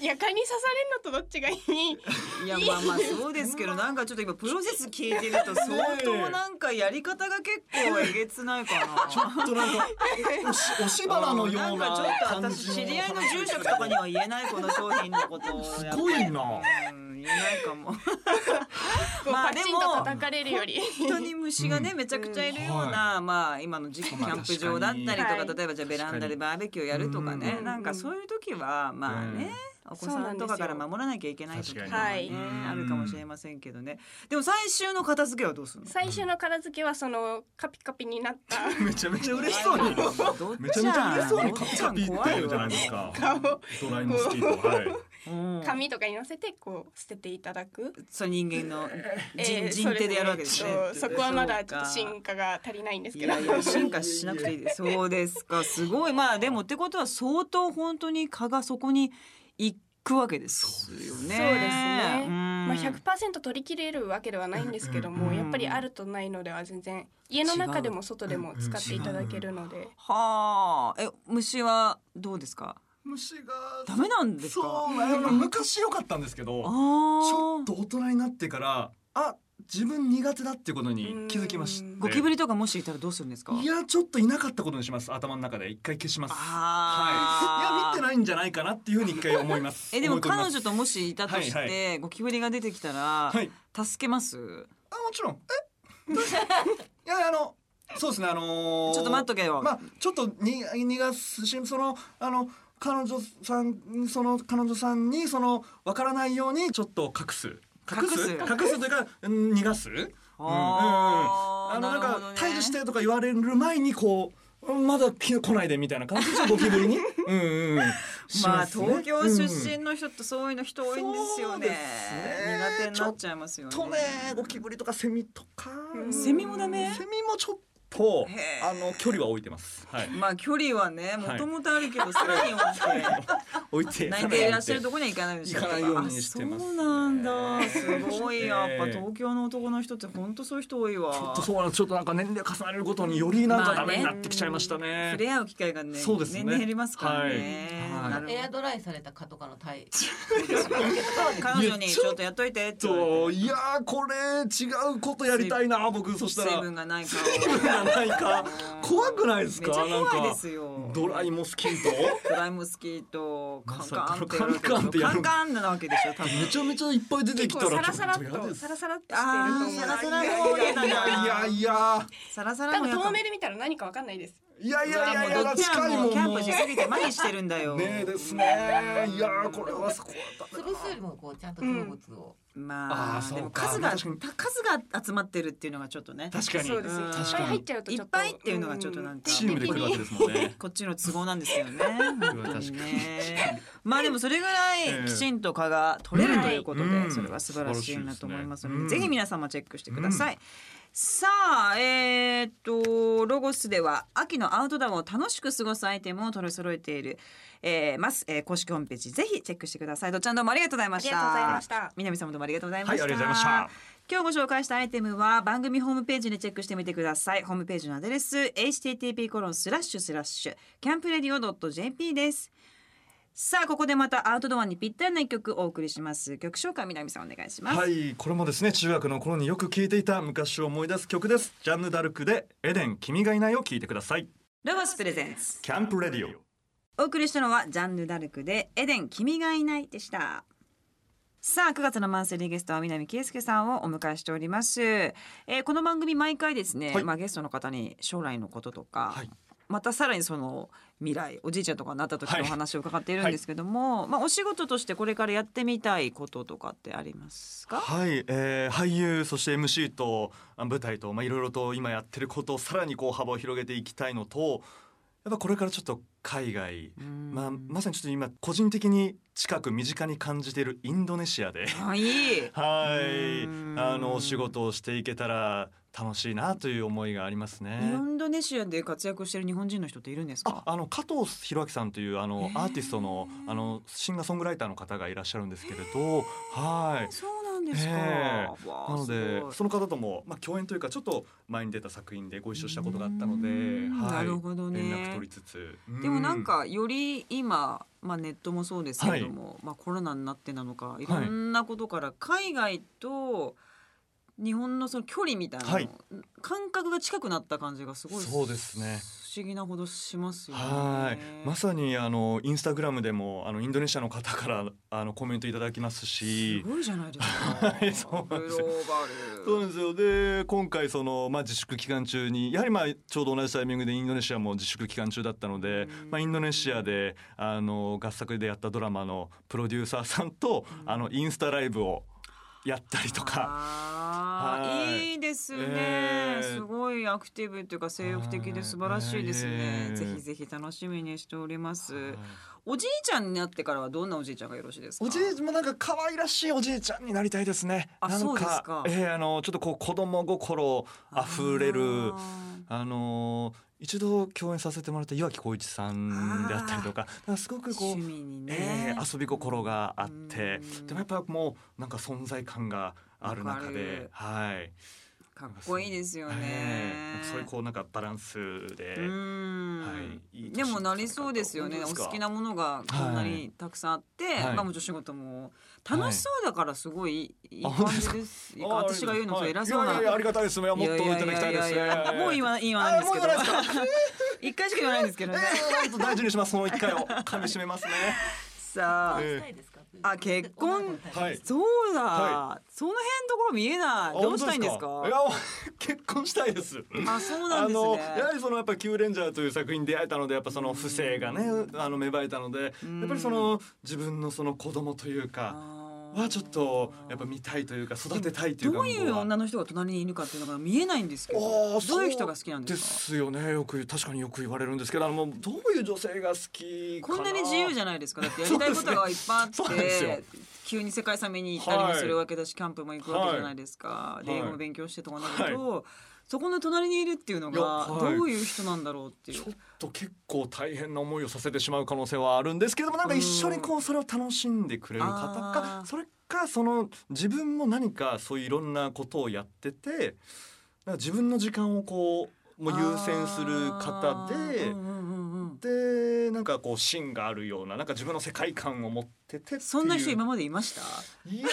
Speaker 2: え
Speaker 3: いや蚊に刺されるのとどっちがいい
Speaker 1: いやまあまあそうですけどなんかちょっと今プロセス聞いてると相当なんかやり方が結構えげつないかな
Speaker 2: ちょっとなんかおしおしばらのよう
Speaker 1: な
Speaker 2: な
Speaker 1: んかちょっと
Speaker 2: 感じ
Speaker 1: 私
Speaker 2: の
Speaker 1: 知り合いの住職とかには言えないこの商品のことを
Speaker 2: すごいな
Speaker 1: うん言えないかも
Speaker 3: こう
Speaker 1: まあ
Speaker 3: パ
Speaker 1: でも
Speaker 3: チンと叩かれるより
Speaker 1: 人に虫がねめちゃくちゃいるようなまあ今の時期キ
Speaker 2: まあ
Speaker 1: ャンプ場だったり
Speaker 3: 確か
Speaker 1: とか
Speaker 3: に
Speaker 1: 例えばじゃあベランダでバーベキューやるとかね
Speaker 3: うん
Speaker 1: なんかそういう時はまあねお子
Speaker 3: そう
Speaker 1: さ
Speaker 3: なんん
Speaker 1: と
Speaker 3: です
Speaker 1: か
Speaker 3: よ
Speaker 1: から守らなきゃいけない時とか
Speaker 3: は
Speaker 1: ね
Speaker 3: い
Speaker 1: あるかもしれませんけどねでも最終の片付けはどうするの
Speaker 3: 最終の片付けはそのカピカピになった
Speaker 2: めちゃめちゃ嬉しそうに
Speaker 1: どっ
Speaker 2: めちゃめちゃ嬉しそうにカピカピって
Speaker 1: 怖
Speaker 2: や
Speaker 1: い
Speaker 2: るじゃない
Speaker 1: わ
Speaker 2: ですか
Speaker 3: 顔
Speaker 2: ドライモスキートはい
Speaker 1: うん
Speaker 3: 紙とかに乗せてこう捨てていただく
Speaker 1: そう人間の
Speaker 3: え
Speaker 1: 人
Speaker 3: ー
Speaker 1: 人手でやるわけですね
Speaker 3: そうそこはまだちょ
Speaker 1: そ
Speaker 3: っと
Speaker 1: うか
Speaker 3: 進化が足りないんです
Speaker 1: い
Speaker 3: けど
Speaker 1: やいや進化しなくていいです。そうですか。すごい。まあでもってことは相当本当に蚊がそこに行くわけですよね。そうです
Speaker 3: そうですね
Speaker 1: ま
Speaker 3: まあ、100%取り切れるわけではないんですけども、
Speaker 1: うん
Speaker 3: やっぱりあるとないのでは全然家の中でも外でも使っていただけるので、
Speaker 1: はあ。え虫はどうですか。
Speaker 2: 虫が
Speaker 1: ダメなんですか。
Speaker 2: そうあの昔良かったんですけど
Speaker 1: ああ。
Speaker 2: ちょっと大人になってからあ自分苦手だっていうことに気づきまし
Speaker 3: うん
Speaker 1: ゴ
Speaker 2: た
Speaker 1: キブリとかもしいたらどうするんですか
Speaker 2: いやちょっといなかったことにします頭の中で一回消しますは
Speaker 1: あー
Speaker 2: いいや見てないんじゃないかなっていうふうに一回思います
Speaker 1: えでも彼
Speaker 2: 思い込み
Speaker 1: 女ともしいたとして、
Speaker 2: はい
Speaker 1: ゴキブリが出てきたら、
Speaker 2: ますはい
Speaker 1: 助けます
Speaker 2: あもちろんえいやあのそうですねあのー
Speaker 1: ちょっと待っとけよ、
Speaker 2: まあちょっとに逃がすしそのあの彼女さんその彼女さんにそのわからないようにちょっと隠す隠す
Speaker 1: 隠
Speaker 2: 隠すというかうん逃がす
Speaker 1: あー
Speaker 2: うんうんうんあのな
Speaker 1: なる
Speaker 2: んか
Speaker 1: ほどね
Speaker 2: 退治してとか言われる前にこううんまだ来来ないでみたいな感じでちょっとゴキ ブリにうんうんうんし
Speaker 1: まあ
Speaker 2: ますね
Speaker 1: 東京出
Speaker 2: う
Speaker 1: 身
Speaker 2: ん
Speaker 1: の人ってそういうの人多いんですよね,、
Speaker 2: そうですね
Speaker 1: 苦手になっちゃいますよね
Speaker 2: とねゴキブリとかセミとか、
Speaker 3: うん
Speaker 1: セミもダメ
Speaker 2: セミもちょっと
Speaker 1: へー
Speaker 2: あの距離は置いてます。 はい、
Speaker 1: まあ距離はねも
Speaker 2: はい
Speaker 1: ともとあるけ どさらに大き
Speaker 2: 置いて
Speaker 1: い泣いていらっしゃるところには行かないでしょ
Speaker 2: 行かないようにしてます
Speaker 1: あそうなんだすごいやっぱ
Speaker 2: ええ
Speaker 1: 東京の男の人って本当そういう人多いわ
Speaker 2: ちょっとそうなんですちょっとなんか年齢重ねるごとによりなん
Speaker 1: まあ
Speaker 2: か
Speaker 1: ね
Speaker 2: ダメになってきちゃいましたね。
Speaker 1: 触れ合う機会がね
Speaker 2: そうですね
Speaker 1: 年々減りますからね、
Speaker 2: はいはい
Speaker 1: なるほど
Speaker 4: エアドライされた蚊とか の体
Speaker 1: 彼女にちょっとやっといてって
Speaker 2: ち
Speaker 1: 言わ
Speaker 2: ょっと
Speaker 1: れて
Speaker 2: いやーこれ違うことやりたいな僕そした
Speaker 1: 水
Speaker 2: ら
Speaker 1: 分がない顔
Speaker 2: 水分がないか怖くないですか
Speaker 1: めちゃ
Speaker 2: なん
Speaker 1: 怖いで
Speaker 2: か
Speaker 1: すよ
Speaker 2: ドライモスキート
Speaker 1: ドライモスキーとカンカンって
Speaker 2: まさかのカンカンってやる
Speaker 1: カンカンなわけでしょ多分
Speaker 2: めちゃめちゃいっぱい出てき
Speaker 3: 結
Speaker 2: た
Speaker 3: 構
Speaker 2: ら
Speaker 3: サラ
Speaker 2: ちょっ
Speaker 3: サラっ
Speaker 2: と嫌
Speaker 3: と
Speaker 2: です
Speaker 3: サラサラっとしてると
Speaker 1: あ
Speaker 3: 思
Speaker 1: ー
Speaker 3: う
Speaker 1: サラサラの方
Speaker 2: い
Speaker 1: 嫌だ
Speaker 2: や
Speaker 1: ない
Speaker 2: や
Speaker 1: サラサラ
Speaker 3: 多
Speaker 1: も
Speaker 3: 分
Speaker 1: 嫌
Speaker 3: 遠
Speaker 1: か
Speaker 3: 目で見たら何かわかんないです
Speaker 2: いやいやいやいやいや
Speaker 1: どっち
Speaker 2: 近い
Speaker 1: ら
Speaker 2: も
Speaker 1: も
Speaker 2: ん
Speaker 1: うキャンプし
Speaker 2: も
Speaker 1: すぎて麻痺してるんだよ
Speaker 2: うねえですねいやーこれはそこはダメ
Speaker 4: 潰すよりもこうちゃんと動物を、
Speaker 1: ま
Speaker 2: あー
Speaker 1: あ
Speaker 2: そう
Speaker 1: でも
Speaker 2: か
Speaker 1: 数が
Speaker 2: 確かに
Speaker 1: 数が集まってるっていうのがちょっとね
Speaker 2: 確かに
Speaker 3: そうですね
Speaker 1: うん
Speaker 3: いっぱい入っちゃうとちょっと
Speaker 1: いっぱいっていうのがちょっとなんか
Speaker 2: チームで来るわけですもんね
Speaker 1: こっちの都合なんですよね。本当にね。まあでもそれぐら
Speaker 2: え
Speaker 1: い
Speaker 2: え
Speaker 1: きちんと蚊が取れるということで、
Speaker 2: はい
Speaker 1: それは素晴らしいなと思いますので、
Speaker 2: うん
Speaker 1: ぜひ皆様チェックしてください。さあ、えーっと、ロゴスでは秋のアウトドアを楽しく過ごすアイテムを取り揃えている、えー、ます、えー公式ホームページ、ぜひチェックしてください。どっちゃんどうもありがとうございま
Speaker 3: あ
Speaker 1: した。
Speaker 3: りがとうございました
Speaker 1: 南さんもどうもありがとうございま
Speaker 2: はいあ
Speaker 1: し
Speaker 2: り
Speaker 1: た。
Speaker 2: がとうございました。
Speaker 1: 今日ご紹介したアイテムは番組ホームページでチェックしてみてくださいホームページのアドレス http コロンスラッシュスラッシュキャンプレディオ .jp ですさあここでまたアウトドアにぴったりな一曲お送りします曲紹介南さんお願いします、
Speaker 2: はいこれもですね中学の頃によく聴いていた昔を思い出す曲ですジャンヌ・ダルクで「エデン君がいない」を聴いてください
Speaker 1: ロゴスプレゼンツ
Speaker 2: キャンプレディオ
Speaker 1: お送りしたのはジャンヌ・ダルクでエデン君がいないでしたさあ9月のマンスリーゲストは南圭介さんをお迎えしております、えーこの番組毎回ですね、
Speaker 2: はい
Speaker 1: まあゲストの方に将来のこととか、
Speaker 2: はい
Speaker 1: またさらにその未来おじいちゃんとかになった時
Speaker 2: は
Speaker 1: の
Speaker 2: い
Speaker 1: お話を伺っているんですけども、まあお仕事としてこれからやってみたいこととかってありますか
Speaker 2: はい、えー俳優そして MC とあ舞台とまあいろいろと今やってることをさらにこう幅を広げていきたいのとやっぱこれからちょっと海外、まあ、まさにちょっと今個人的に近く身近に感じているインドネシアで
Speaker 1: あいい
Speaker 2: はい
Speaker 1: うん
Speaker 2: あのお仕事をしていけたら楽しいなという思いがありますね。
Speaker 1: インドネシアで活躍している日本人の人っているんです
Speaker 2: あ
Speaker 1: か
Speaker 2: あの加藤弘明さんというあ
Speaker 1: へ
Speaker 2: の
Speaker 1: ー
Speaker 2: アーティストのあのシンガーソングライターの方がいらっしゃるんですけれど、はい。
Speaker 1: そうなんですか、
Speaker 2: え
Speaker 1: わあ
Speaker 2: なの
Speaker 1: す
Speaker 2: で
Speaker 1: ごい
Speaker 2: その方ともまあ共演というかちょっと前に出た作品でご一緒したことがあったので、
Speaker 1: うん
Speaker 2: はい、
Speaker 1: なるほどね
Speaker 2: 連絡取りつつ、
Speaker 1: でもなんかより今、まあ、ネットもそうですけれども、まあ、コロナになってなのかいろんなことから海外と日本のその距離みたいなの、
Speaker 2: はい
Speaker 1: 感覚が近くなった感じがすごい
Speaker 2: そうですね
Speaker 1: 不思議なほどしますよね。
Speaker 2: はい、まさにあのインスタグラムでもあのインドネシアの方からあのコメントいただきます
Speaker 1: す
Speaker 2: し。
Speaker 1: ごいじゃないですか。
Speaker 2: はいそうなんです
Speaker 1: グロ
Speaker 2: よそう
Speaker 1: ーバ
Speaker 2: なんですよで今回その、まあ、自粛期間中にやはりまあちょうど同じタイミングでインドネシアも自粛期間中だったので、まあ、インドネシアであの合作でやったドラマのプロデューサーさんとあのインスタライブをやったり
Speaker 1: ル
Speaker 2: とか。
Speaker 1: あー
Speaker 2: はい
Speaker 1: いいですね、
Speaker 2: えー
Speaker 1: すごいアクティブというか精力的で素晴らしいですね、
Speaker 2: はい
Speaker 1: ぜひぜひ楽しみにしております、
Speaker 2: はい
Speaker 1: おじいちゃんになってからはどんなおじいちゃんがよろしいですか
Speaker 2: おじいもなんか可愛らしいおじいちゃんになりたいですね。
Speaker 1: あ
Speaker 2: なん
Speaker 1: そうですか
Speaker 2: ええあのちょっとこう子供心あふれる
Speaker 1: あ
Speaker 2: あのー一度共演させてもらった岩城浩一さんであったりとか、なんかすご
Speaker 1: ー
Speaker 2: くこう
Speaker 1: 趣味に
Speaker 2: え
Speaker 1: ね、
Speaker 2: え遊び心があって
Speaker 1: うん
Speaker 2: でもやっぱもうなんか存在感がある中ではい
Speaker 1: かっこいいですよね、
Speaker 2: ええなんかそういうこうなんかバランスで
Speaker 1: うーん
Speaker 2: はいいい
Speaker 1: で
Speaker 2: 年
Speaker 1: もなりそうですよね
Speaker 2: 本
Speaker 1: お
Speaker 2: 当ですか
Speaker 1: 好きなものがこんなにたくさんあって、
Speaker 2: いはい
Speaker 1: まあもちろん仕事も楽しそうだからすごいいい
Speaker 2: あ
Speaker 1: 感じですいいか
Speaker 2: あ
Speaker 1: 私が言うのも偉そう
Speaker 2: はいいや
Speaker 1: ない
Speaker 2: やありがたいですねもっといただきたいですね
Speaker 1: いやいやいやいやもう言わ言わないんですけど
Speaker 2: あもう言わないですか
Speaker 1: 一回しか言わないんですけどね
Speaker 2: えー本当大事にしますその一回 を噛み締めますね
Speaker 1: さあ
Speaker 2: え
Speaker 4: したいですか
Speaker 1: あ結婚
Speaker 2: はい
Speaker 1: そうだ、
Speaker 2: は
Speaker 1: その辺のところ見えないどうしたいんですか
Speaker 2: いやもう結婚したいです
Speaker 1: あそうな
Speaker 2: あ
Speaker 1: んです
Speaker 2: の
Speaker 1: ね
Speaker 2: やはりそのやっぱ「キューレンジャー」という作品に出会えたのでやっぱその不正がねあの芽生えたのでや
Speaker 1: ん
Speaker 2: っぱりその自分のその子供というか
Speaker 1: あー
Speaker 2: はちょっとやっぱ見たいというか育てたいというか
Speaker 1: どういう女の人が隣にいるかっていうのが見えないんですけどどういう人が好きなんですか
Speaker 2: ですよねよく確かによく言われるんですけどあのもうどういう女性が好きか
Speaker 1: こんなに自由じ
Speaker 2: ゃ
Speaker 1: ゃないですかだってやりたいことがいっぱいあって、
Speaker 2: そうですねそうなんで
Speaker 1: 急に世界遺産見に行ったりも
Speaker 2: はい
Speaker 1: するわけだし、キャンプも行くわけじゃないですか、
Speaker 2: い
Speaker 1: で英語も勉強してとかなると、そこの隣にいるっていうの
Speaker 2: いや
Speaker 1: がど
Speaker 2: はいう
Speaker 1: いう人なんだろうってい
Speaker 2: ち
Speaker 1: う
Speaker 2: ょ。っと結構大変な思いをさせてしまう可能性はあるんですけれどもなんか一緒にこうそれを楽しんでくれる方
Speaker 1: あー
Speaker 2: かそれかその自分も何かそういういろんなことをやっててなんか自分の時間をこうもう優先する方
Speaker 1: あー
Speaker 2: で
Speaker 1: うんうんうんうん
Speaker 2: でなんかこう芯があるようななんか自分の世界観を持っててっていう
Speaker 1: そんな人今までいました
Speaker 2: いや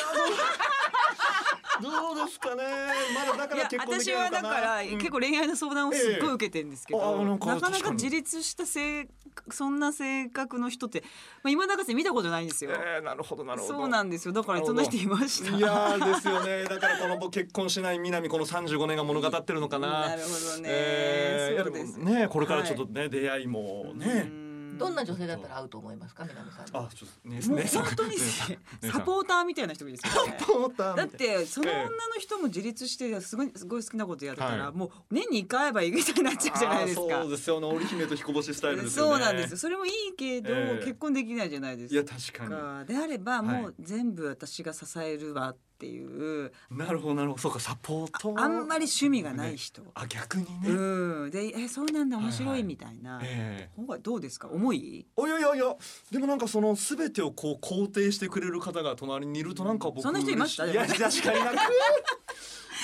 Speaker 2: どうどうですかねまだだか
Speaker 1: い
Speaker 2: ら
Speaker 1: や
Speaker 2: 結婚で
Speaker 1: 私
Speaker 2: きな
Speaker 1: はい
Speaker 2: の
Speaker 1: だ
Speaker 2: かな
Speaker 1: から、
Speaker 2: うん
Speaker 1: 結構恋愛の相談をすっごい受けてるんですけど、
Speaker 2: ええあ
Speaker 1: な
Speaker 2: なん
Speaker 1: か
Speaker 2: か
Speaker 1: な
Speaker 2: 確か
Speaker 1: か
Speaker 2: に
Speaker 1: 自立した性格そんな性格の人って、まあ、今だかつて見たことないんですよ。
Speaker 2: えーなるほどなるほど
Speaker 1: そうなんですよだからそんな人いました。
Speaker 2: いやーですよね。だからこの僕結婚しない南この35年が物語ってるのかな。
Speaker 1: なるほどね。
Speaker 2: えー
Speaker 1: そうです
Speaker 2: いやもねこれからちょっとね、出会いもね。
Speaker 4: どんな女性だったら合うと思いますか南さん
Speaker 2: あちょっとね
Speaker 1: もう
Speaker 2: ねさん
Speaker 1: 本当に
Speaker 2: ねさ ん
Speaker 1: サポーターみたいな人がいいですよね。
Speaker 2: ポーターみた
Speaker 1: だ
Speaker 2: い
Speaker 1: っ
Speaker 2: な
Speaker 1: てその
Speaker 2: ええ
Speaker 1: 女の人も自立してすごいすごい好きなことやったら、
Speaker 2: はい
Speaker 1: もう年に1回会えばいいみたいになっちゃうじゃないです
Speaker 2: あー
Speaker 1: か
Speaker 2: そう。ですよね。織姫と彦星スタイルですよね。
Speaker 1: そうなんですよ。。それもいいけど、
Speaker 2: ええ
Speaker 1: 結婚できないじゃないで
Speaker 2: いや
Speaker 1: す
Speaker 2: 確か
Speaker 1: か。であれば
Speaker 2: はい
Speaker 1: もう全部私が支えるわっていう、
Speaker 2: に。なるほどなるほど。そうかサポート。
Speaker 1: あんまり趣味がない人。
Speaker 2: あ逆にね。
Speaker 1: うん。でえそうなんだ面白
Speaker 2: は
Speaker 1: い
Speaker 2: いはい
Speaker 1: みたいな。
Speaker 2: ええ
Speaker 1: 今回どうですか重い
Speaker 2: おいやいやいやでもなんかそのすべてをこう肯定してくれる方が隣にいるとなんか僕
Speaker 1: そんな人いました
Speaker 2: 嬉いいや確かになんか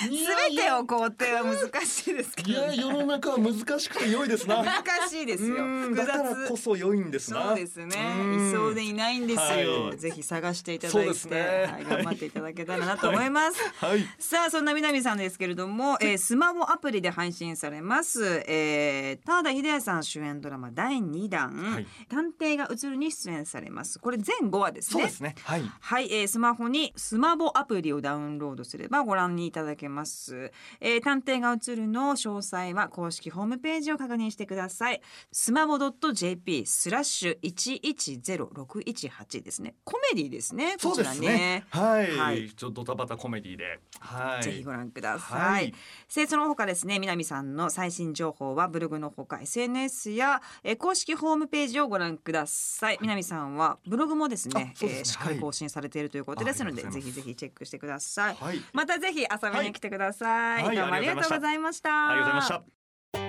Speaker 2: いや
Speaker 1: 全
Speaker 2: い
Speaker 1: て
Speaker 2: や
Speaker 1: を肯定は難 しいですけ
Speaker 2: い
Speaker 1: ど、
Speaker 2: や
Speaker 1: ね、
Speaker 2: 世の中は難しくて良いですな。
Speaker 1: 難しいですよ
Speaker 2: うん
Speaker 1: 複
Speaker 2: だから
Speaker 1: 雑
Speaker 2: こそ良いんですな。
Speaker 1: そうですね
Speaker 2: うん
Speaker 1: いそうでいないんですよ、
Speaker 2: はい
Speaker 1: ぜひ探していた
Speaker 2: そ
Speaker 1: だ
Speaker 2: う
Speaker 1: い
Speaker 2: で
Speaker 1: て、
Speaker 2: すね
Speaker 1: はい、頑張っていただけたらなと思います、
Speaker 2: はい。
Speaker 1: さあそんな南さんですけれども、えースマホアプリで配信されます、えー、田田秀也さん主演ドラマ第2弾、
Speaker 2: はい
Speaker 1: 探偵が映るに出演されますこれ全5話です
Speaker 2: そう
Speaker 1: ね
Speaker 2: ですね。はい。
Speaker 1: はい、えースマホにスマボアプリをダウンロードすればご覧いただけます、えー探偵が映るの詳細は公式ホームページを確認してくださいスマボ .jp スラッシュ110618ですねコメディですね
Speaker 2: そ
Speaker 1: こち
Speaker 2: うで
Speaker 1: ら
Speaker 2: す
Speaker 1: ね
Speaker 2: ね。はい
Speaker 1: はい。
Speaker 2: ちょっとドタバタコメディで。はい。
Speaker 1: ぜひご覧ください。
Speaker 2: はい
Speaker 1: せその他ですね、南さんの最新情報はブログのほか SNS や、えー公式ホームページをご覧ください。南さんはブログもですね
Speaker 2: あ、そう
Speaker 1: えー
Speaker 2: ですね
Speaker 1: しっかり更新されているということですので、
Speaker 2: はいあ
Speaker 1: ぜ
Speaker 2: りがとうございます
Speaker 1: ひぜひチェックしてください。
Speaker 2: はい。
Speaker 1: またぜひ遊びに来てください。
Speaker 2: はい
Speaker 1: どうもあ
Speaker 2: はい
Speaker 1: りがとうございました。
Speaker 2: ありがとうござ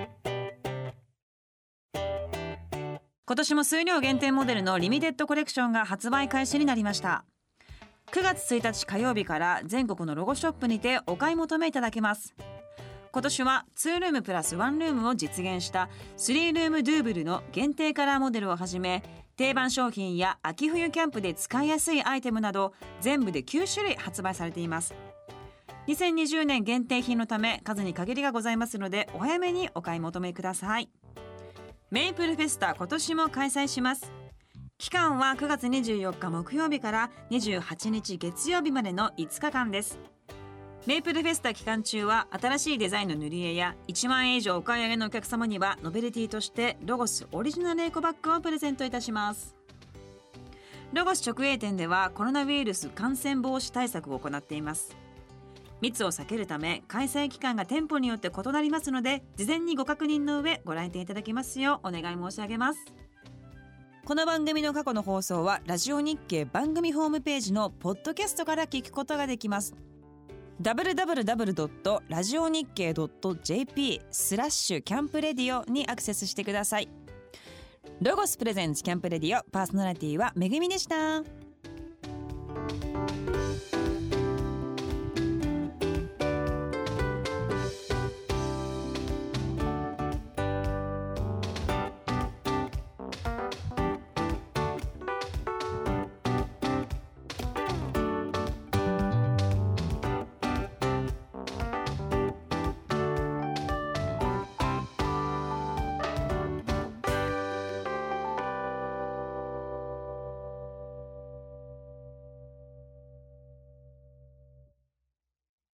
Speaker 2: いました。
Speaker 1: 今年も数量限定モデルのリミテッドコレクションが発売開始になりました9月1日火曜日から全国のロゴショップにてお買い求めいただけます今年は2ルームプラス1ルームを実現した3ルームドゥーブルの限定カラーモデルをはじめ定番商品や秋冬キャンプで使いやすいアイテムなど全部で9種類発売されています2020年限定品のため数に限りがございますのでお早めにお買い求めくださいメイプルフェスタ今年も開催します期間は9月24日木曜日から28日月曜日までの5日間ですメイプルフェスタ期間中は新しいデザインの塗り絵や1万円以上お買い上げのお客様にはノベルティとしてロゴスオリジナルエコバッグをプレゼントいたしますロゴス直営店ではコロナウイルス感染防止対策を行っています密を避けるため開催期間が店舗によって異なりますので事前にご確認の上ご来店いただきますようお願い申し上げますこの番組の過去の放送はラジオ日経番組ホームページのポッドキャストから聞くことができます www.radionickei.jp スラッシュキャンプレディオにアクセスしてくださいロゴスプレゼンツキャンプレディオパーソナリティはめぐみでした